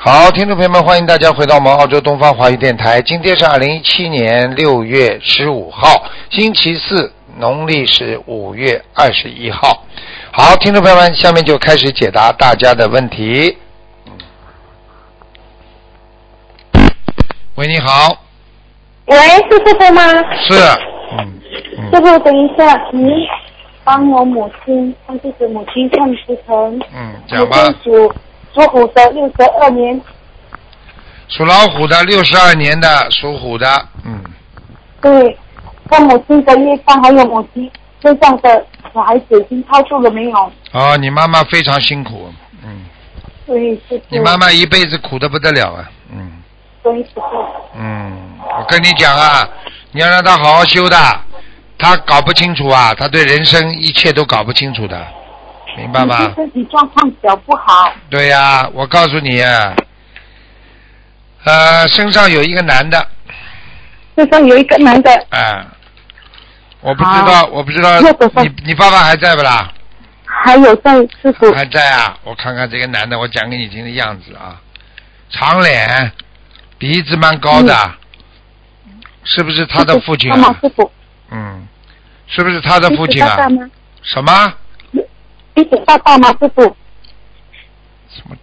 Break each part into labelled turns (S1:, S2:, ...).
S1: 好，听众朋友们，欢迎大家回到我们澳洲东方华语电台。今天是二零一七年六月十五号，星期四，农历是五月二十一号。好，听众朋友们，下面就开始解答大家的问题。喂，你好，
S2: 喂，是师傅吗？
S1: 是，嗯
S2: 师
S1: 嗯
S2: 傅，等一下，您帮我母亲，她就是母亲看图腾，
S1: 嗯，
S2: 我
S1: 讲吧。
S2: 是属属虎的，六十二年，
S1: 属老虎的，六十二年的，属虎的，嗯，
S2: 对，她母亲的业障还有母亲身上的小孩子已经超度了没有？
S1: 哦，你妈妈非常辛苦，嗯，
S2: 对，师傅，
S1: 你妈妈一辈子苦的不得了啊，嗯。
S2: 对，师傅，
S1: 嗯，我跟你讲啊，你要让他好好修的，他搞不清楚啊，他对人生一切都搞不清楚的，明白
S2: 母
S1: 吗
S2: 亲？身体状况比较不好，
S1: 对呀、我告诉你啊，呃，身上有一个男的，
S2: 身上有一个男的，
S1: 啊、我不知道，我不知道
S2: 那等，会儿
S1: 你你爸爸还在不啦？
S2: 还有在师傅，
S1: 还在啊，我看看这个男的，我讲给你听的样子啊，长脸，鼻子蛮高的，是不是他的父亲
S2: 帮忙
S1: 啊？
S2: 师傅，
S1: 嗯，是不是他的父
S2: 一
S1: 亲
S2: 直到
S1: 啊？
S2: 大吗？
S1: 什么？
S2: 一直到大吗？师傅？
S1: 什么？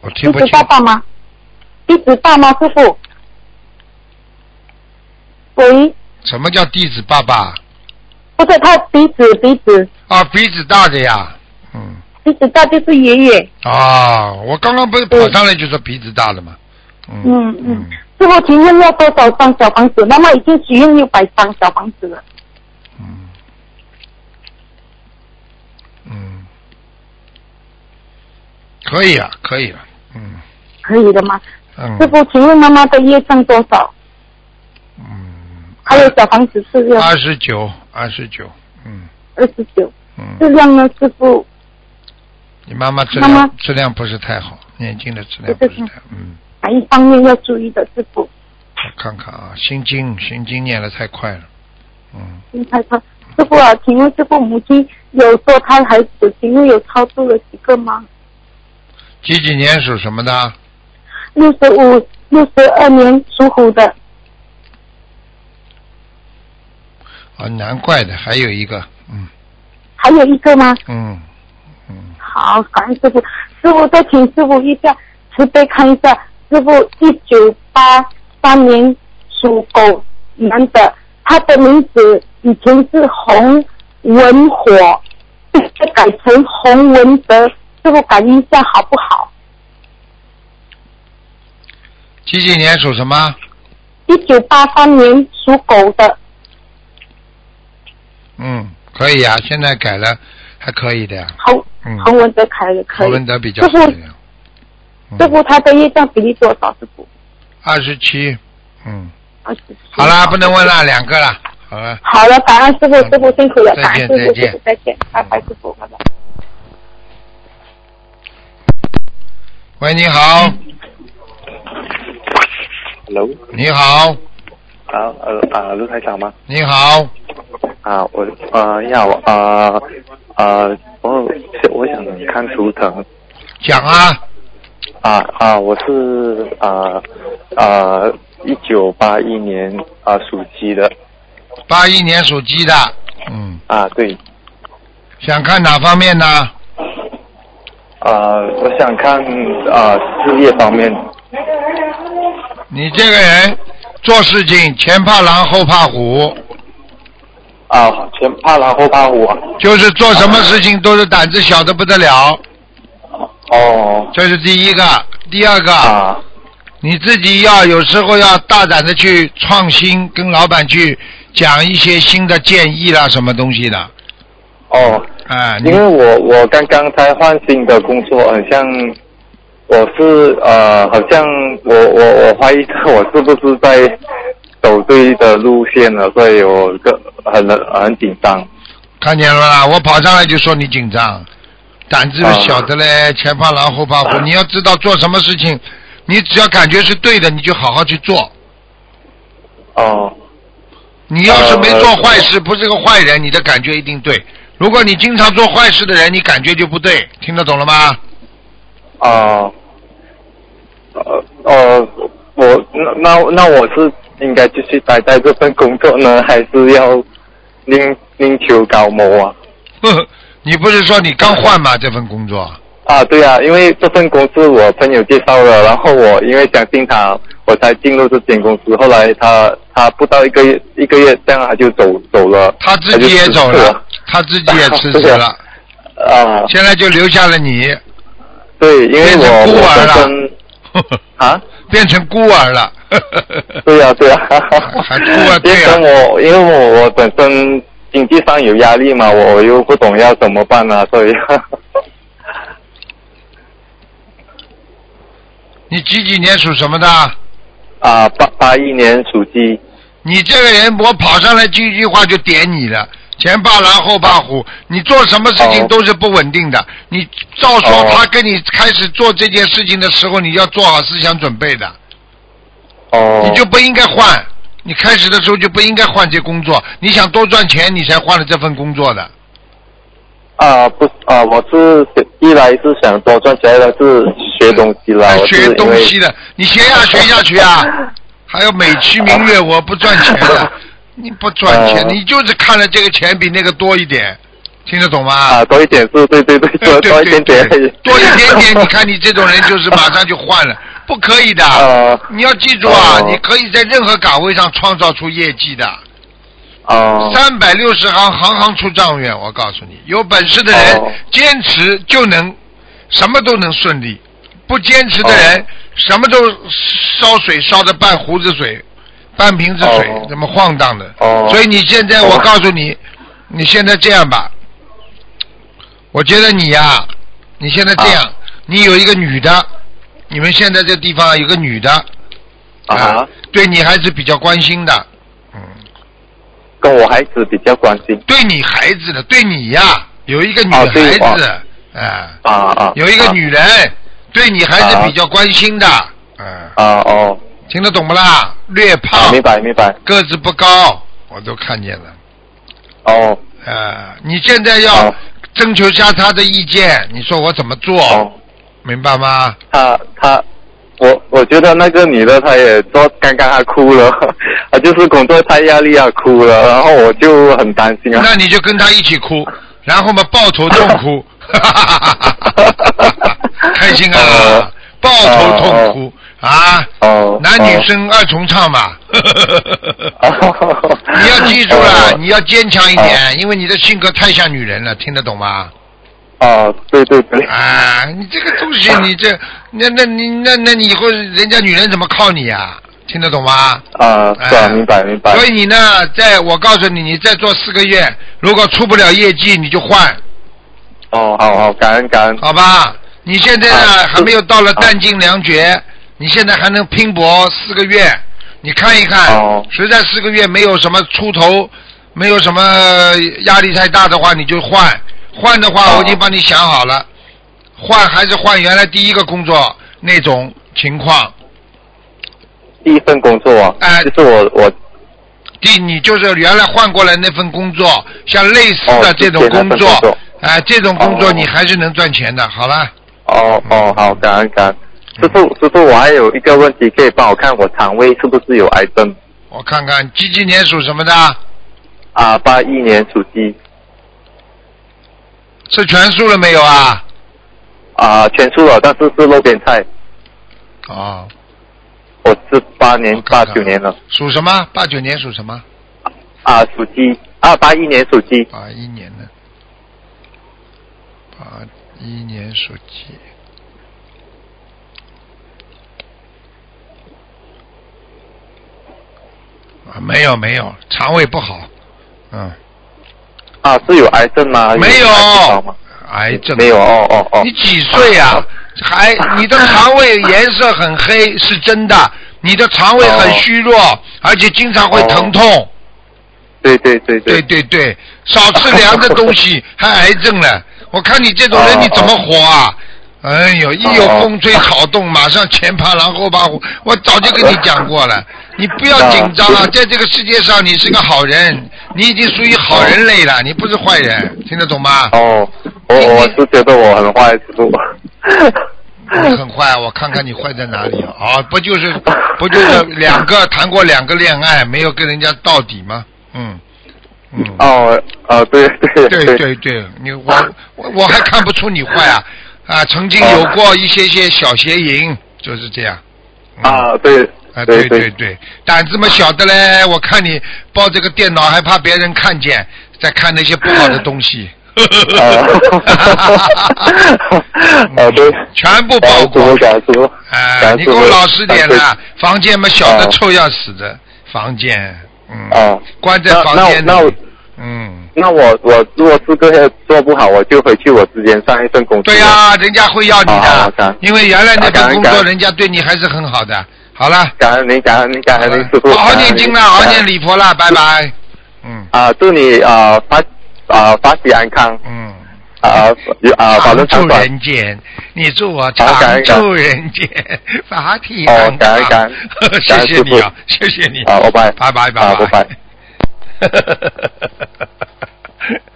S1: 我听不
S2: 一直
S1: 清
S2: 到。大吗？一直到吗，师傅？喂，
S1: 什么叫弟子爸爸？
S2: 不是他鼻子鼻子
S1: 啊，鼻子大的呀。嗯。
S2: 鼻子大就是爷爷。
S1: 啊，我刚刚不是跑上来就说鼻子大了吗？嗯
S2: 嗯嗯。师傅，请问要多少张小房子？妈妈已经许愿六百张小房子了。
S1: 嗯嗯，可以啊，可以啊。嗯
S2: 可以的吗？师
S1: 嗯啊
S2: 傅，请问妈妈的业障多少？
S1: 嗯，
S2: 还有小房子质量
S1: 二十九，二十九。嗯
S2: 二十九，质
S1: 嗯，
S2: 量呢？师傅，
S1: 你妈妈质
S2: 妈妈
S1: 量质量不是太好，年轻的质量不是太好。嗯，
S2: 哪一方面要注意的？师傅，
S1: 我看看啊，心经心经念的太快了。嗯。
S2: 您看看。师傅啊，请问师傅，母亲有堕胎孩子，请问有超度了几个吗？
S1: 几几年属什么的？啊
S2: 六十五、六十二年属虎的，
S1: 啊，难怪的，还有一个，嗯
S2: 还有一个吗？
S1: 嗯嗯，
S2: 好，感恩师傅。师傅再请师傅一下，慈悲看一下，师傅一九八三年属狗男的，他的名字以前是洪文火，现在改成洪文德，师傅感应一下好不好？
S1: 几几年属什么？
S2: 一九八三年属狗的，
S1: 嗯，可以啊，现在改了，还可以的呀。
S2: 洪
S1: 嗯，
S2: 洪文德凯也哦可
S1: 侯
S2: 以。
S1: 文德比较
S2: 师
S1: 好
S2: 傅
S1: 一点。
S2: 师傅他的业障比例多少？师傅？
S1: 二十七，嗯，
S2: 二十七
S1: 好啦，不能问了，两个了，好了。
S2: 好了，感恩师傅，师傅辛苦了，
S1: 嗯再
S2: 感恩
S1: 见
S2: 师傅，
S1: 再见嗯
S2: 师傅再见，拜拜，师傅，拜拜。
S1: 喂，你好，
S2: 嗯
S3: Hello，
S1: 你好，
S3: 啊呃啊，卢台长吗？
S1: 你好，
S3: 啊，我呃要呃呃，我我想看图腾
S1: 讲啊，
S3: 啊啊，我是啊啊一九八一年啊属鸡的
S1: 八一年属鸡的，嗯，
S3: 啊，对
S1: 想看哪方面呢？
S3: 啊，我想看啊事业方面
S1: 你这个人做事情前怕狼后怕虎，
S3: 啊，前怕狼后怕虎啊，
S1: 就是做什么事情都是胆子小的不得了，
S3: 哦
S1: 这是第一个。第二个，
S3: 啊
S1: 你自己要有时候要大胆的去创新，跟老板去讲一些新的建议啦，什么东西的。
S3: 哦，
S1: 啊，你
S3: 因为我我刚刚才换新的工作，好像我是呃，好像我我我怀疑我是不是在走对的路线了，所以我个很很紧张。
S1: 看见了吧？我跑上来就说你紧张，胆子小的嘞，前怕狼后怕虎。你要知道做什么事情，你只要感觉是对的，你就好好去做。
S3: 哦
S1: 你要是没做坏事，不是个坏人，你的感觉一定对。如果你经常做坏事的人，你感觉就不对，听得懂了吗？
S3: 哦，呃我那那那我是应该继续待在这份工作呢，还是要另另求高谋啊？
S1: 你不是说你刚换吗？这份工作？
S3: 啊，对啊，因为这份公司我朋友介绍了，然后我因为相信他，我才进入这间公司。后来他他不到一个月一个月，这样他就走走了，
S1: 他自己
S3: 哎
S1: 也走了，他自己也辞职了，
S3: 啊，
S1: 现在就留下了你，
S3: 对，因为
S1: 变成
S3: 我
S1: 孤
S3: 我
S1: 儿
S3: 本
S1: 了
S3: 身啊，
S1: 变成孤儿了。
S3: 对呀、对呀、啊
S1: 还孤儿
S3: 因
S1: 对啊
S3: 为我因为我我本身经济上有压力嘛，我又不懂要怎么办啊，所以
S1: 你几几年属什么的？
S3: 啊，八八一年属鸡
S1: 你这个人，我跑上来第一句话就点你了，前怕狼后怕虎，你做什么事情
S3: 哦
S1: 都是不稳定的。你照说
S3: 哦
S1: 他跟你开始做这件事情的时候，你要做好思想准备的，
S3: 哦，
S1: 你就不应该换。你开始的时候就不应该换这工作，你想多赚钱，你才换了这份工作的。
S3: 啊不啊，我是一来是想多赚钱，二来是学东西啦，我是
S1: 哎学
S3: 因
S1: 东
S3: 为
S1: 西的，你学呀学下去 啊，还有美其名曰我不赚钱啊的，你不赚钱，
S3: 哦
S1: 你就是看了这个钱比那个多一点，听得懂吗？
S3: 啊多一点是对对对，
S1: 对
S3: 多多
S1: 对对
S3: 一点点
S1: 对， 哦多一点点， 你看你这种人就是马上就换 了，不可以的。
S3: 啊
S1: 你要记住啊，
S3: 哦
S1: 你可以在任何岗位上创造出业绩的。
S3: 啊
S1: 三百六十行，行行出状元。我告诉你，有本事的人
S3: 哦
S1: 坚持就能什么都能顺利，不坚持的人
S3: 哦
S1: 什么都烧水烧的半壶子水，半瓶子水
S3: 哦，
S1: 怎么晃荡的？
S3: 哦
S1: 所以你现在，
S3: 哦
S1: 我告诉你，你现在这样吧，我觉得你呀、你现在这样，
S3: 啊
S1: 你有一个女的，你们现在这地方有个女的
S3: 啊，
S1: 对你还是比较关心的，
S3: 跟我孩子比较关心
S1: 对你孩子的，对你呀、有一个女
S3: 啊对
S1: 孩子，哎、
S3: 啊啊，
S1: 有一个女人、对你还是
S3: 啊
S1: 比较关心的，嗯、
S3: 啊啊哦，
S1: 听得懂不啦？略
S3: 啊
S1: 胖，
S3: 明白明白
S1: 个子不高，我都看见了。
S3: 哦
S1: 呃，你现在要
S3: 哦
S1: 征求下她的意见，你说我怎么做，
S3: 哦，
S1: 明白吗？
S3: 他他。我我觉得那个女的她也说，刚刚她哭了， 她就是工作太压力啊哭了，然后我就很担心啊。
S1: 那你就跟她一起哭，然后嘛抱头痛 哭，开心啊
S3: 哦！
S1: 抱头痛哭啊！
S3: 哦，
S1: 男
S3: 哦
S1: 女生二重唱嘛。
S3: 哦
S1: 你要记住了，
S3: 哦
S1: 你要坚强一点，因为你的性格太像女人了，听得懂吗？
S3: 哦，对对对，
S1: 啊，你这个东西，你 这那那你那那你以后人家女人怎么靠你啊？听得懂吗？
S3: 啊，是
S1: 哎
S3: 啊，明白明白，
S1: 所以你呢，在我告诉你，你再做四个月，如果出不了业绩，你就换，
S3: 哦，好好，感恩感恩，
S1: 好吧？你现在呢
S3: 啊
S1: 还没有到了
S3: 啊
S1: 弹尽粮绝，你现在还能拼搏四个月，你看一看
S3: 哦，
S1: 实在四个月没有什么出头，没有什么压力太大的话，你就换。换的话，
S3: 哦
S1: 我已经帮你想好了，换还是换原来第一个工作那种情况。
S3: 第一份工作啊，
S1: 哎
S3: 就是我我
S1: 第你就是原来换过来那份工作，像类似的
S3: 哦
S1: 这种工
S3: 之前那份
S1: 作，
S3: 工作
S1: 哎、这种工作
S3: 哦
S1: 你还是能赚钱的。好了，
S3: 哦哦，
S1: 嗯
S3: 好，感恩感恩，师傅师傅，我还有一个问题，可以帮我看我肠胃是不是有癌症
S1: 我看看几几年属什么的，
S3: 啊？八一年属鸡
S1: 吃全素了没有啊？
S3: 啊，全素了，但是是肉边菜，
S1: 哦，
S3: 我是八年
S1: 我看
S3: 八
S1: 看
S3: 九年了
S1: 属什么？八九年属什么？
S3: 啊，属鸡啊，八一年属鸡
S1: 八一年的，八一年属鸡。啊，没有没有，肠胃不好，嗯，
S3: 啊，是有癌症吗？
S1: 没有
S3: 有癌症吗？
S1: 癌症
S3: 没有哦哦哦
S1: 你，几岁呀、
S3: 哦
S1: 还你的肠胃颜色很黑，是真的。你的肠胃很虚弱，而且经常会疼痛。
S3: 对对对
S1: 对对对，少吃凉的东西， 还癌症了。我看你这种人，
S3: 哦
S1: 你怎么活啊？哎呦，一有
S3: 哦
S1: 风吹草动，马上前怕狼后怕 虎。我早就跟你讲过了，你不要紧张啊
S3: 啊！
S1: 在这个世界上，你是个好人，你已经属于好人类了，你不是坏
S3: 哦
S1: 人，听得懂吗？
S3: 哦，我我是觉得我很坏，师傅。
S1: 人很坏，啊我看看你坏在哪里啊？不就是不就是两个谈过两个恋爱，没有跟人家到底吗？嗯嗯，
S3: 哦，呃，对对
S1: 对对对，你我我我还看不出你坏啊啊！曾经有过一些些小邪淫，就是这样。嗯、
S3: 啊，对，
S1: 啊，
S3: 对
S1: 对对对，胆子么小的嘞！我看你抱这个电脑，还怕别人看见，在看那些不好的东西。 嗯
S3: 啊，对，啊
S1: 全部
S3: 感
S1: 曝
S3: 恩师
S1: 光
S3: 傅，。感恩师傅，
S1: 哎、
S3: 感恩
S1: 你
S3: 师
S1: 给
S3: 傅哎
S1: 我老实点
S3: 感
S1: 啦！房间嘛，小的
S3: 啊
S1: 臭要死的房间，嗯，
S3: 啊
S1: 关在
S3: 那
S1: 房
S3: 那我
S1: 间
S3: 那我
S1: 里，嗯，
S3: 那我我如果是这些做不好，我就回去我之前上一份工作。
S1: 对呀、人家会要你
S3: 啊感
S1: 的
S3: 恩，
S1: 因为原来那
S3: 感
S1: 份
S3: 恩
S1: 工
S3: 感
S1: 作
S3: 恩
S1: 人家对你还是很好的。好了，
S3: 感恩您，感恩您，感
S1: 好
S3: 恩您
S1: 了
S3: 师傅。
S1: 好好
S3: 感恩
S1: 念
S3: 您
S1: 经了，好好念
S3: 感恩
S1: 礼佛了，拜拜。嗯
S3: 啊，祝你啊法啊法喜安康
S1: 嗯，
S3: 啊有啊法轮
S1: 常
S3: 长
S1: 住
S3: 短
S1: 人间，你祝我
S3: 感恩
S1: 常
S3: 感
S1: 住人间，法体
S3: 哦
S1: 安
S3: 感恩
S1: 康
S3: 感恩。
S1: 谢
S3: 感恩
S1: 谢
S3: 师
S1: 你啊
S3: 父，
S1: 谢谢你。
S3: 啊，拜拜
S1: 拜拜拜
S3: 啊，拜拜。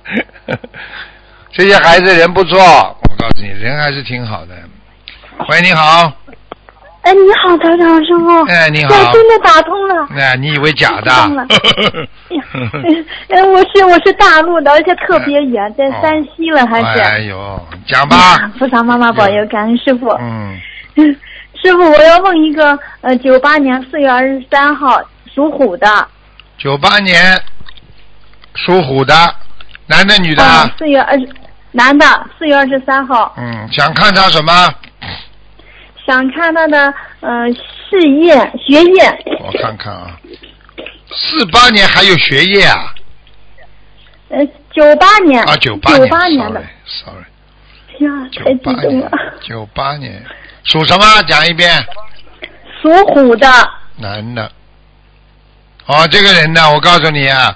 S1: 这些孩子人不错，我告诉你，人还是挺好的。喂，你好，
S4: 哎，你好，台长师傅。
S1: 哎你好
S4: 我真的打 通了。
S1: 那、哎你以为假的
S4: 我知道了？ 哎，我是我是大陆的，而且特别远，在
S1: 哦
S4: 山西了还是。
S1: 哎呦，讲吧，
S4: 菩萨妈妈保佑，感恩师傅。
S1: 嗯，
S4: 师傅，我要问一个，呃，九八年四月二十三号属虎的，
S1: 九八年属虎的，男的女的？
S4: 啊，四月二十，男的，四月二十三号，
S1: 嗯，想看他什么？
S4: 想看他的呃事业、学业，
S1: 我看看啊，四八年还有学业啊？
S4: 呃，九八年，
S1: 啊，九八
S4: 九
S1: 年
S4: 八年的，
S1: ，sorry，
S4: 呀，
S1: 九
S4: 太激
S1: 八
S4: 动
S1: 年
S4: 了，，
S1: 九八年属什么？讲一遍。
S4: 属虎的，
S1: 男的。哦，这个人呢，我告诉你啊，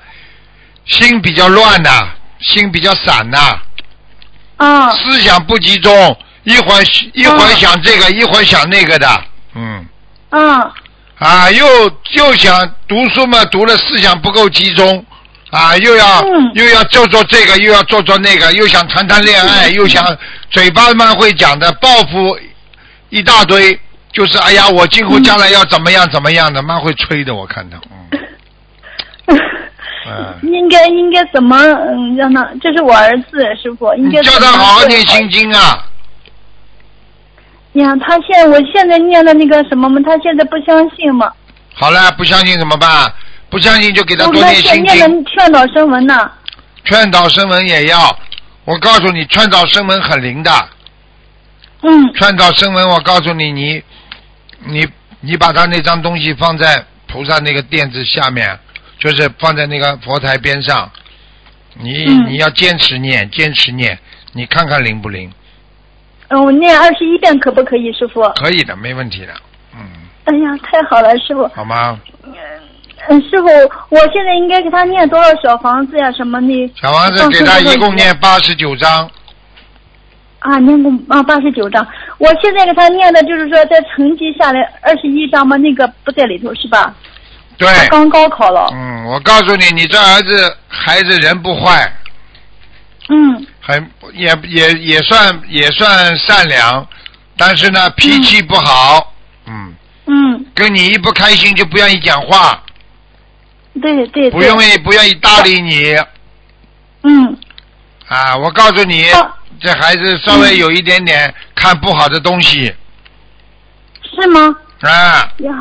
S1: 心比较乱呐、心比较散呐、
S4: 啊，
S1: 思想不集中，一会儿一会儿想这个，一会儿想那个的，嗯，
S4: 嗯，
S1: 啊，又又想读书嘛，读了思想不够集中，啊，又要、
S4: 嗯
S1: 又要做做这个，又要做做那个，又想谈谈恋爱，又想嘴巴嘛会讲的，报复一大堆，就是哎呀，我今后将来要怎么样怎么样的，妈会吹的，我看到，嗯。嗯
S4: 应该应该怎么嗯让他？这是我儿子师傅，应
S1: 你
S4: 该
S1: 叫
S4: 怎么
S1: 他好好
S4: 对
S1: 念心经啊！
S4: 哎呀，他现我现在念的那个什么嘛，他现在不相信嘛，
S1: 好了，不相信怎么办？不相信就给他
S4: 我
S1: 多
S4: 给他
S1: 念心
S4: 念
S1: 经，
S4: 的劝导声文呢。
S1: 劝导声闻也要。我告诉你，劝导声闻很灵的。
S4: 嗯
S1: 劝导声闻，我告诉你，你你你把他那张东西放在菩萨那个垫子下面，就是放在那个佛台边上。你、
S4: 嗯
S1: 你要坚持念，坚持念，你看看灵不灵？
S4: 嗯，我念二十一遍可不可以，师傅？
S1: 可以的，没问题的。嗯，
S4: 哎呀，太好了，师傅。
S1: 好吗？
S4: 嗯，师傅，我现在应该给他念多少小房子呀？什么的？
S1: 小王子给他一共念八十九章。
S4: 啊，念过啊，八十九章。我现在给他念的就是说，在成绩下来二十一章嘛，那个不在里头是吧？
S1: 对，
S4: 他刚高考了。
S1: 嗯，我告诉你，你这儿子孩子人不坏，
S4: 嗯
S1: 很也也也算也算善良，但是呢脾气不好，嗯，
S4: 嗯，
S1: 跟你一不开心就不愿意讲话，
S4: 对对对。
S1: 不愿意不愿意搭理你
S4: 嗯
S1: 啊！我告诉你
S4: 啊，
S1: 这孩子稍微有一点点看不好的东西
S4: 是吗？
S1: 啊，
S4: 呀，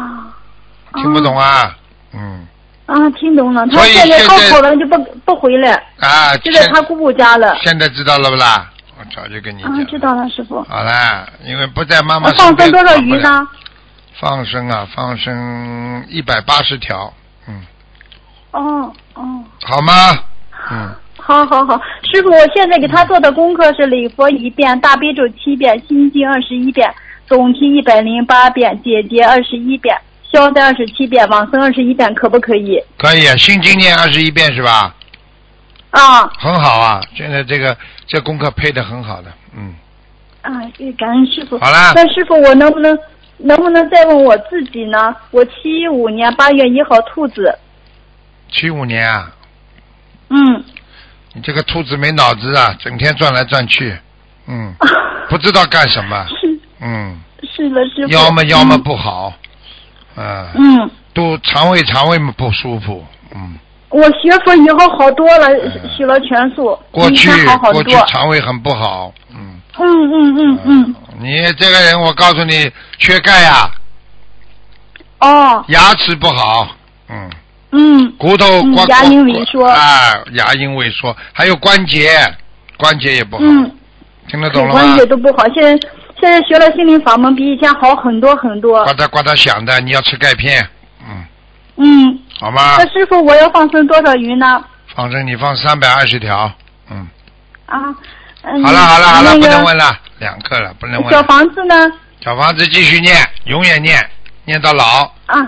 S1: 听不懂啊，嗯
S4: 啊。啊，听懂了。他
S1: 所以
S4: 现在
S1: 现
S4: 高
S1: 在
S4: 考完就不不回来，
S1: 啊，
S4: 就在
S1: 现
S4: 他姑姑家了。
S1: 现在知道了不啦？我早就跟你讲
S4: 啊
S1: 了，，
S4: 知道了，师傅。
S1: 好啦，因为不在妈妈
S4: 那放
S1: 身边
S4: 生多少
S1: 管不
S4: 鱼
S1: 了
S4: 呢？
S1: 放生啊，放生一百八十条，嗯，
S4: 哦哦，
S1: 好吗？嗯，
S4: 好好好，师傅，我现在给他做的功课是礼佛一遍，大悲咒七遍，心经二十一遍，总体一百零八遍，解结二十一遍，消灾二十七遍，往生二十一遍，可不可以？
S1: 可以，心经念二十一遍是吧？
S4: 啊
S1: 很好啊，现在这个这功课配的很好的，嗯，
S4: 啊，感恩师傅。
S1: 好啦，
S4: 那师傅，我能不能能不能再问我自己呢？我七五年八月一号兔子，
S1: 七五年啊，
S4: 嗯，
S1: 你这 个兔子没脑子啊，整天转来转去，嗯，不知道干什么，嗯，
S4: 是的，师傅。
S1: 腰嘛腰嘛不好，嗯，
S4: 嗯。嗯，
S1: 肚肠胃肠胃嘛不舒服，嗯，
S4: 我学佛以后好多了，许了全素，
S1: 过去
S4: 比以前好好
S1: 过去
S4: 多。
S1: 肠胃很不好，嗯啊
S4: 嗯嗯嗯嗯，
S1: 你这个人我告诉你，缺钙啊，
S4: 哦，
S1: 牙齿不好，嗯，
S4: 嗯
S1: 骨头
S4: 嗯
S1: 关
S4: 牙龈萎缩
S1: 啊，牙龈萎缩，还有关节，关节也不好，
S4: 嗯，
S1: 听得懂了吗
S4: 关？节都不好，现在现在学了心灵法门，比以前好很多很多
S1: 呱。嗒呱嗒响的，你要吃钙片，嗯，
S4: 嗯，
S1: 好吗
S4: 那？师傅，我要放生多少鱼呢？
S1: 放生你放三百二十条，嗯，
S4: 啊，嗯，
S1: 好了好了好了，
S4: 那
S1: 不
S4: 个
S1: 能问了，两个了，不能问
S4: 小
S1: 了。
S4: 房子呢？
S1: 小房子继续念，永远念，念到老，
S4: 啊，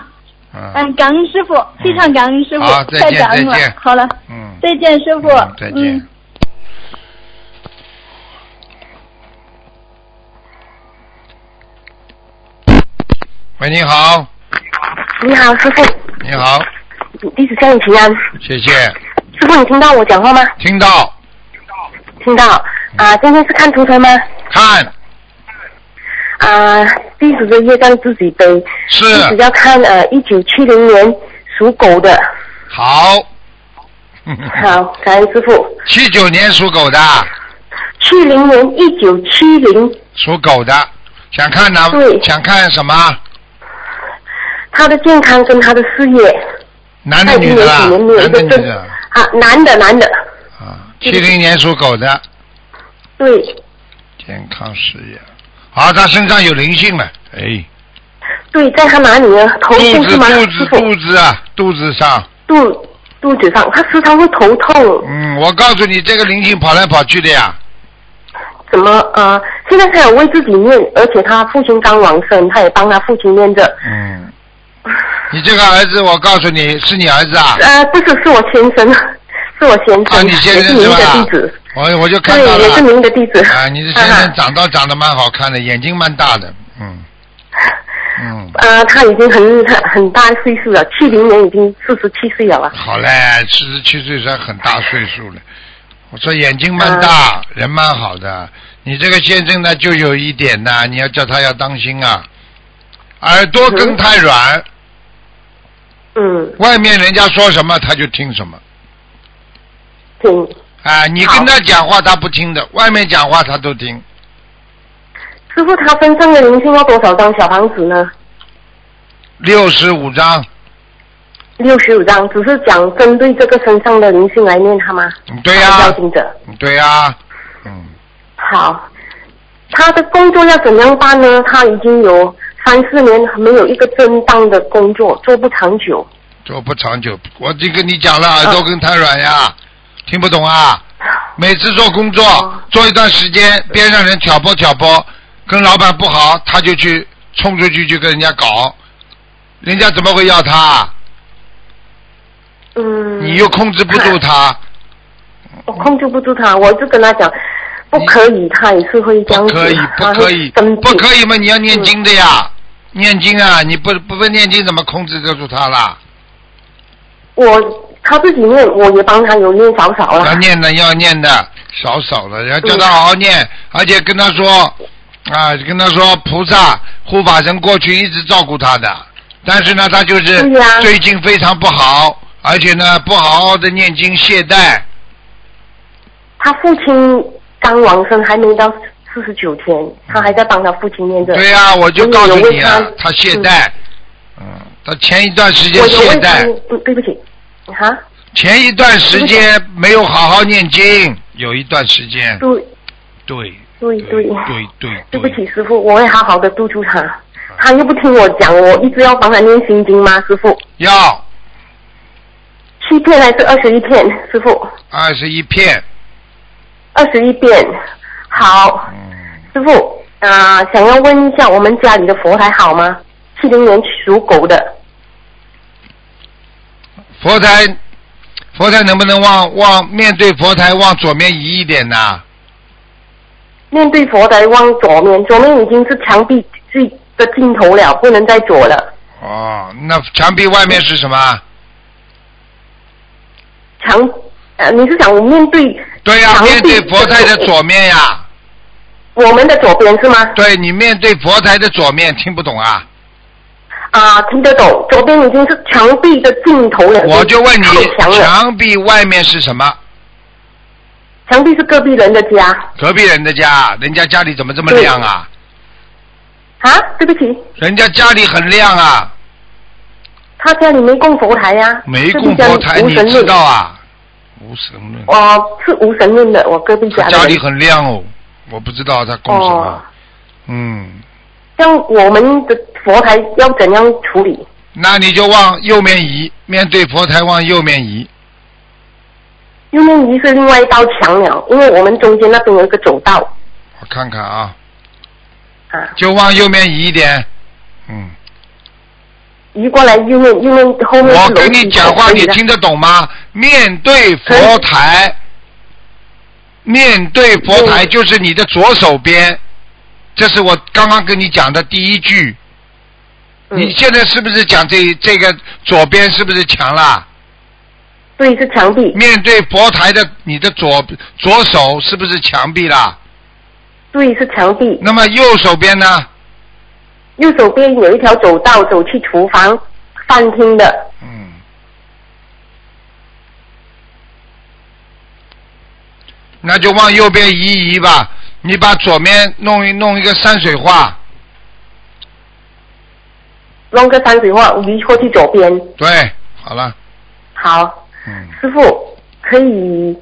S1: 嗯
S4: 嗯，感恩师傅，非常感恩师傅
S1: 好，再
S4: 太
S1: 见
S4: 感恩了
S1: 再见。
S4: 好了，
S1: 嗯，
S4: 再见师傅
S1: 嗯，再见。
S4: 嗯
S5: 嗯
S1: 喂，你好，
S5: 你好，师傅，
S1: 你好，
S5: 弟子向你请安。
S1: 谢谢，
S5: 师傅，你听到我讲话吗？
S1: 听到
S5: 听到。
S1: 嗯
S5: 啊，今天是看图腾吗？
S1: 看
S5: 啊，弟子的业障自己背。
S1: 是啊
S5: 弟子要看呃，一九七零年属狗的。
S1: 好，嗯
S5: 好，感恩师傅。
S1: 七九年属狗的，
S5: 七零年，一九七零，
S1: 属狗的，想看哪？
S5: 对
S1: 想看什么？
S5: 他的健康跟他的事业。
S1: 男的女的啦
S5: 看今？年
S1: 男的女
S5: 几年有一个
S1: 的
S5: 啊，男的，男的。
S1: 啊，七零年属狗的，
S5: 对，
S1: 健康事业。好，他身上有灵性了，哎，
S5: 对，在他哪里呢？头
S1: 肚
S5: 部
S1: 子
S5: 是吗？
S1: 肚
S5: 师
S1: 子
S5: 傅
S1: 肚，子啊，肚子上，
S5: 肚肚子上，他时常会头痛。
S1: 嗯，我告诉你，这个灵性跑来跑去的呀，
S5: 怎么呃，现在他有为自己念，而且他父亲刚往生，他也帮他父亲念着。
S1: 嗯，你这个儿子，我告诉你，是你儿子啊？
S5: 呃，不是，是我先生， 是我先生，
S1: 啊，你先
S5: 也
S1: 生
S5: 是
S1: 是
S5: 您的
S1: 吧
S5: 弟子，？
S1: 我我就看到
S5: 对，也是
S1: 了，
S5: 您的弟子。
S1: 啊，你的先
S5: 哈
S1: 生
S5: 哈
S1: 长到长得蛮好看的，眼睛蛮大的，嗯嗯，
S5: 呃，他已经很很很嗯大岁数了，七零年已经四十七岁了啊。
S1: 好嘞，七十七岁算很大岁数了。我说眼睛蛮
S5: 嗯
S1: 大，人蛮好的。你这个先生呢，就有一点呐、你要叫他要当心啊。耳朵根太软，
S5: 嗯，
S1: 外面人家说什么他就听什么。
S5: 挺
S1: 啊，你
S5: 好
S1: 跟他讲话他不听的，外面讲话他都听。
S5: 师傅，他身上的灵性要多少张小房子呢？
S1: 六十五章，
S5: 六十五张，只是讲针对这个身上的灵性来念他吗？
S1: 嗯对呀、
S5: 他的要经者。
S1: 对呀、嗯，
S5: 好，他的工作要怎样办呢？他已经有三四年没有一个正当的工作，做不长久。
S1: 做不长久。我就跟你讲了，耳朵根太软呀，听不懂啊。每次做工作
S5: 哦
S1: 做一段时间，边上人挑拨挑拨，跟老板不好，他就去冲出去去跟人家搞，人家怎么会要他？
S5: 嗯，
S1: 你又控制不住他，
S5: 我控制不住他，我就跟他讲，不可以，他也是会这
S1: 不
S5: 样子，啊
S1: 可以，不
S5: 他
S1: 可
S5: 会
S1: 以，
S5: 生嗯
S1: 不可
S5: 以。
S1: 以嘛！你要念经的呀，念经啊！你不不不念经，怎么控制得住他啦？
S5: 我他自己念，我也帮他有念少少了
S1: 要。念的，要念的，少少的，要叫
S5: 嗯
S1: 他好好念，而且跟他说，啊，跟他说，菩萨护法神过去一直照顾他的，但是呢，他就是
S5: 对呀
S1: 最近非常不好，而且呢，不好好的念经懈怠，
S5: 他父亲刚往生，还没到四十九天，他还在帮他父亲念着。
S1: 对呀、我就
S5: 我也
S1: 告诉
S5: 有
S1: 你
S5: 为
S1: 啊
S5: 他，
S1: 他懈怠，嗯，他前一段时间
S5: 我有
S1: 懈
S5: 问他
S1: 怠，，
S5: 嗯，对不起，哈，
S1: 前一段时间没有好好念经，有一段时间，
S5: 对
S1: 对
S5: 对
S1: 对
S5: 对
S1: 对啊对，
S5: 对不起，师傅，我会好好的督促他。他又不听我讲，我一直要帮他念心经吗？师傅，
S1: 要
S5: 七片还是二十一片？师傅，
S1: 二十一片，
S5: 二十一遍。好，
S1: 嗯。
S5: 师傅，啊、想要问一下，我们家里的佛台好吗？七零年属狗的，
S1: 佛台，佛台能不能往往面对佛台往左面移一点呐、
S5: 面对佛台往左面，左面已经是墙壁最的尽头了，不能再左了。
S1: 哦，那墙壁外面是什么？
S5: 墙，呃，你是想我面对
S1: 对呀、
S5: 墙壁
S1: 面对佛台的左面呀、
S5: 我们的左边是吗？
S1: 对你面对佛台的左面听不懂啊？
S5: 啊，听得懂，左边已经是墙壁的尽头了。
S1: 我就问你
S5: 太，强了，
S1: 墙壁外面是什么？
S5: 墙壁是隔壁人的家
S1: 隔壁人的家，人家家里怎么这么亮啊？
S5: 啊，对不起，
S1: 人家家里很亮啊，
S5: 他家里没供佛台呀、啊，
S1: 没
S5: 隔
S1: 供
S5: 壁家
S1: 佛
S5: 里
S1: 台，
S5: 无
S1: 你
S5: 神
S1: 知
S5: 论
S1: 道啊？无神论，
S5: 哦，是无神论的，我隔壁
S1: 他
S5: 家的
S1: 家
S5: 人
S1: 里很亮哦，我不知道他供什
S5: 哦
S1: 么。，嗯，
S5: 像我们的佛台要怎样处理？
S1: 那你就往右面移，面对佛台往右面移。
S5: 右面移是另外一道墙了，因为我们中间那边有一个走道
S1: 我看看啊，
S5: 啊，
S1: 就往右面移一点。嗯，
S5: 移过来右面，右面后面是
S1: 我
S5: 楼
S1: 跟
S5: 梯
S1: 你讲话，
S5: 可以
S1: 你
S5: 的
S1: 听得懂吗？面对佛台，面对佛台
S5: 嗯
S1: 就是你的左手边，这是我刚刚跟你讲的第一句。
S5: 嗯
S1: 你现在是不是讲这这个左边是不是墙啦？
S5: 对是墙壁，
S1: 面对佛台的你的左左手是不是墙壁啦？
S5: 对是墙壁，
S1: 那么右手边呢？
S5: 右手边有一条走道走去厨房、饭厅的，
S1: 嗯，那就往右边移一移吧。你把左面弄一弄一个山水画，
S5: 弄个山水画移过去左边。
S1: 对，好了，
S5: 好，
S1: 嗯，
S5: 师傅可以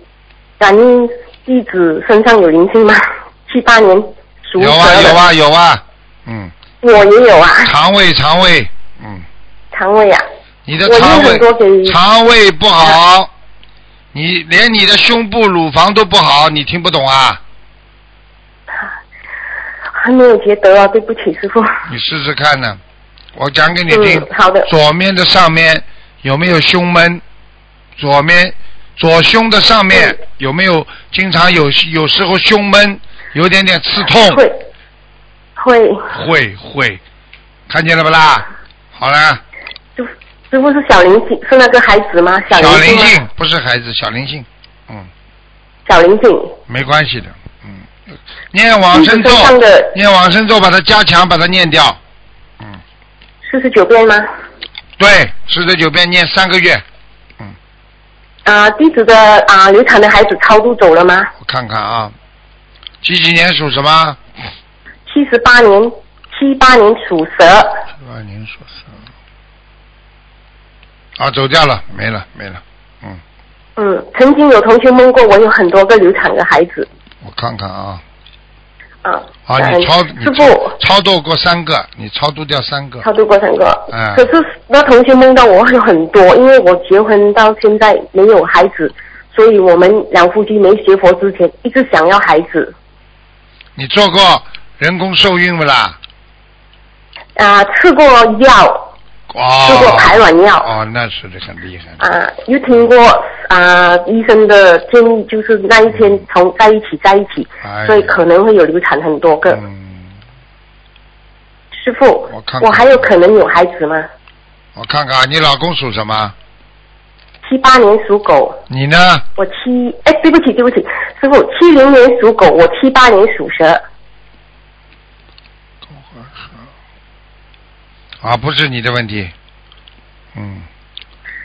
S5: 感应弟子身上有灵性吗？七八年属蛇
S1: 有
S5: 的，
S1: 啊有啊有啊，嗯，
S5: 我也有啊，
S1: 肠胃肠胃，嗯，
S5: 肠胃啊，
S1: 你的
S5: 我
S1: 肠
S5: 念
S1: 胃
S5: 很多给你
S1: 肠胃不好，你连你的胸部乳房都不好，你听不懂啊？
S5: 还没有觉得啊，对不起，师傅。
S1: 你试试看呢，我讲给你听。
S5: 嗯，好的，
S1: 左面的上面有没有胸闷？左面左胸的上面
S5: 嗯
S1: 有没有经常有有时候胸闷，有点点刺痛？
S5: 会会，
S1: 会会，看见了不啦？好啦，
S5: 就师傅是小灵性，是那个孩子吗？小
S1: 小
S5: 灵
S1: 灵
S5: 性吗
S1: 性不是孩子，小灵性，嗯，
S5: 小灵性，
S1: 没关系的，嗯，念往生咒
S5: 身上的，
S1: 念往生咒，把它加强，把它念掉，嗯，
S5: 四十九遍吗？
S1: 对，四十九遍念三个月，
S5: 啊、弟子的啊、流产的孩子超度走了吗？
S1: 我看看啊，几几年属什么？
S5: 七十八年，七八年属蛇，
S1: 二年所生。啊，走掉了，没了，没了。嗯，
S5: 嗯，曾经有同学问过我有很多个流产的孩子，
S1: 我看看啊。
S5: 啊，
S1: 啊，
S5: 感
S1: 你
S5: 恩
S1: 超你
S5: 师
S1: 超
S5: 傅
S1: 超度过三个，你超度掉三个。
S5: 超度过三个，
S1: 嗯
S5: 可是那同学梦到我有很多，因为我结婚到现在没有孩子，所以我们两夫妻没学佛之前一直想要孩子，
S1: 你做过人工受孕不啦？
S5: 啊，吃过药，
S1: 哦。
S5: 吃过排卵药
S1: 哦，那是很厉害的。
S5: 啊，又听过啊医生的建议，就是那一天从在一起在一起，
S1: 哎呀
S5: 所以可能会有流产很多个。
S1: 嗯，
S5: 师傅，
S1: 我看看
S5: 我还有可能有孩子吗？
S1: 我看看啊你老公属什么？
S5: 七八年属狗，
S1: 你呢？
S5: 我七哎，对不起对不起，师傅七零年属狗，我七八年属蛇，
S1: 啊，不是你的问题。嗯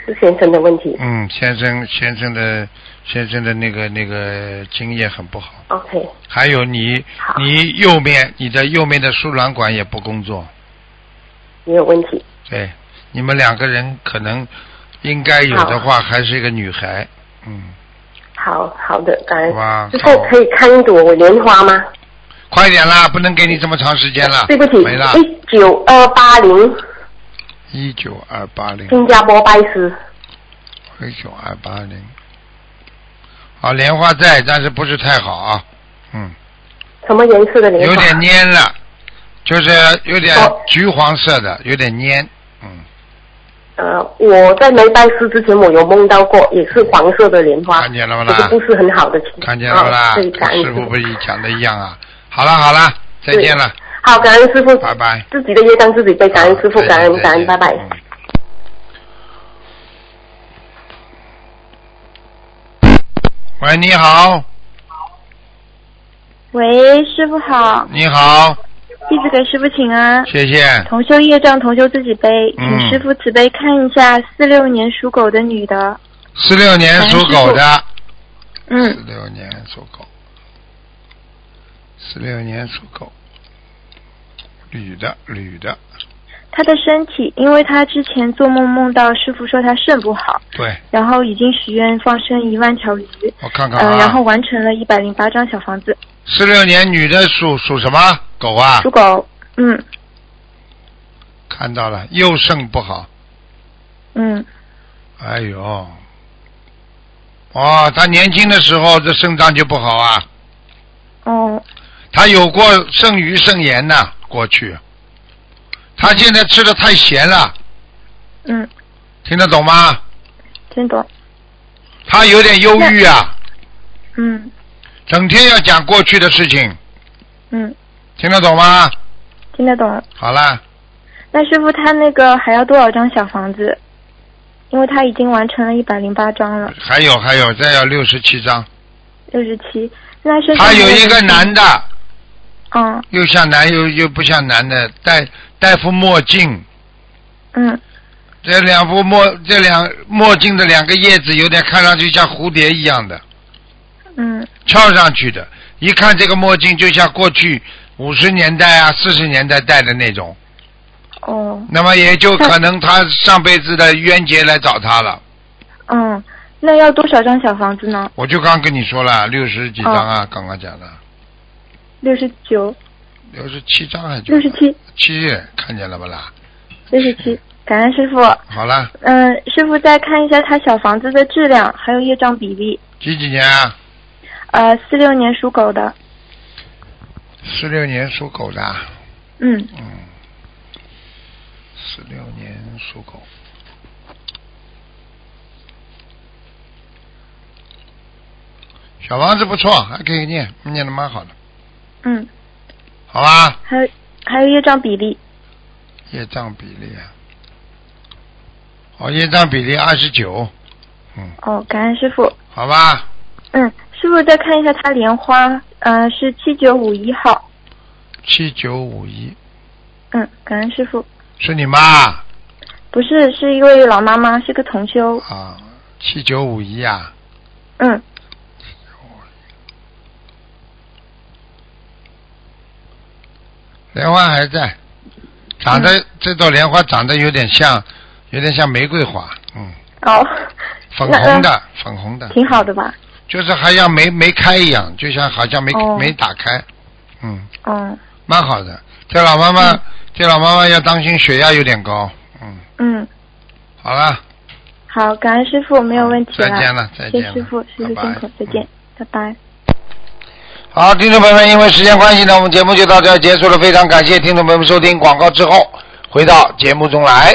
S5: 是先生的问题。
S1: 嗯，先生先生的先生的那个那个经验很不好。
S5: OK，
S1: 还有你
S5: 好，
S1: 你右面，你的右面的输卵管也不工作，
S5: 没有问题。
S1: 对，你们两个人可能应该有的话，还是一个女孩，嗯，
S5: 好好的，感恩
S1: 哇。
S5: 师
S1: 好
S5: 傅可以看一朵莲花吗？
S1: 快点啦，不能给你这么长时间了，
S5: 对不起哎
S1: 没了，，
S5: 一九二八零
S1: 一九二八零，
S5: 新加坡拜师。
S1: 一九二八零，啊，莲花在，但是不是太好啊，嗯，
S5: 什么颜色的莲
S1: 有
S5: 花？
S1: 点蔫了，就是有点
S5: 哦
S1: 橘黄色的，有点蔫，嗯，
S5: 呃，我在没拜师之前，我有梦到过，也是黄色的莲花，
S1: 看见了不啦
S5: 就是不是很好的情况。
S1: 看见了不啦？
S5: 哦对，感恩
S1: 师傅
S5: 傅
S1: 不是讲的一样啊，好了好了，再见了。
S5: 好，感恩师傅。
S1: 拜拜
S5: 自己的业障自己背，感恩师傅，
S1: 好
S5: 感恩感恩，拜。
S1: 再
S5: 拜
S1: 见。再见嗯嗯喂，你好，
S4: 喂，师傅好，
S1: 你好，
S4: 弟子给师傅请安。
S1: 谢谢。
S4: 同修业障，同修自己背，
S1: 嗯
S4: 请师傅慈悲看一下四六年属狗的女的。
S1: 四六年属狗的，四
S4: 嗯，
S1: 六年属狗，四六年属狗，女的，女的，
S4: 她的身体，因为她之前做梦梦到师傅说她肾不好，
S1: 对
S4: 然后已经许愿放生一万条鱼，
S1: 我看看
S4: 嗯、然后
S1: 啊，
S4: 完成了一百零八张小房子，
S1: 四六年女的属属什么狗啊？
S4: 属狗。嗯
S1: 看到了，右肾不好，
S4: 嗯，
S1: 哎呦，哦，她年轻的时候这肾脏就不好啊，
S4: 哦
S1: 她有过肾盂肾炎呐、过去，她现在吃的太咸了，
S4: 嗯，
S1: 听得懂吗？
S4: 听懂。
S1: 她有点忧郁啊，
S4: 嗯
S1: 整天要讲过去的事情，
S4: 嗯，
S1: 听得懂吗？
S4: 听得懂。
S1: 好了，
S4: 那师傅他那个还要多少张小房子？因为他已经完成了一百零八张了，
S1: 还有还有，再要六十七张。
S4: 六十七。那身上
S1: 他有一个男
S4: 的，
S1: 的，
S4: 嗯
S1: 又像男又又不像男的，戴戴副墨镜，
S4: 嗯
S1: 这两副墨这两墨镜的两个叶子有点看上去像蝴蝶一样的
S4: 嗯
S1: 翘上去的，一看这个墨镜就像过去五十年代啊四十年代戴的那种，
S4: 哦
S1: 那么也就可能他上辈子的冤结来找他了。
S4: 嗯，那要多少张小房子呢？
S1: 我就刚跟你说了，六十几张啊，
S4: 哦
S1: 刚刚讲的，
S4: 六十九、
S1: 六十七张还就
S4: 六十七、
S1: 七，看见了不啦？
S4: 六十七。感恩师傅。
S1: 好了，
S4: 嗯，师傅再看一下他小房子的质量，还有业障比例。
S1: 几几年啊？
S4: 呃，四六年属狗的，
S1: 四六年属狗的啊，
S4: 嗯
S1: 嗯，四六年属狗。小房子不错，还可以念，念的蛮好的，
S4: 嗯，
S1: 好吧？
S4: 还有还有业障比例，
S1: 业障比例啊，哦，业障比例二十九，嗯，
S4: 哦，感恩师傅。
S1: 好吧？
S4: 嗯，师傅再看一下他莲花，呃，是七九五一号。
S1: 七九五一，
S4: 嗯，感恩师傅。
S1: 是你妈
S4: 不是，是一位老妈妈，是个同修。
S1: 啊？七九五一啊？
S4: 嗯，
S1: 莲花还在，长得、这朵莲花长得有点像，有点像玫瑰花，嗯，
S4: 哦，
S1: 粉
S4: 那呃
S1: 红的，粉红的，
S4: 挺好的吧？
S1: 就是好像没没开一样，就像好像没、
S4: 哦
S1: 没打开，嗯，
S4: 嗯
S1: 蛮好的。这老妈妈，这老妈妈要当心血压有点高，嗯，
S4: 嗯，
S1: 好了，嗯
S4: 好，感恩师哦傅，没有问题
S1: 再见了再见
S4: 谢
S1: 了
S4: 谢师傅，师傅
S1: 拜拜嗯
S4: 辛苦，再见，拜拜。
S1: 好，听众朋友们，因为时间关系呢，我们节目就到这儿结束了，非常感谢听众朋友们收听广告之后回到节目中来。